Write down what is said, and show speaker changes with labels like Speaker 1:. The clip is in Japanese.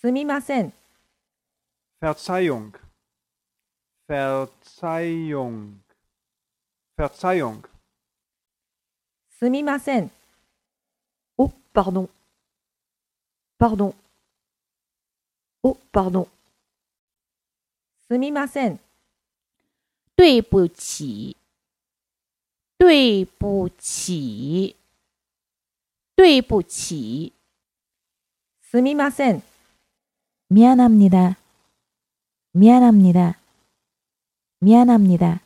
Speaker 1: すみません。
Speaker 2: Verzeihung. Verzeihung. Verzeihung.
Speaker 1: すみません。
Speaker 3: Oh, pardon. Pardon. Oh, pardon.
Speaker 1: すみません。
Speaker 4: 对不起，对不起，对不起，
Speaker 1: すみません。
Speaker 3: 미안합니다. 미안합니다. 미안합니다.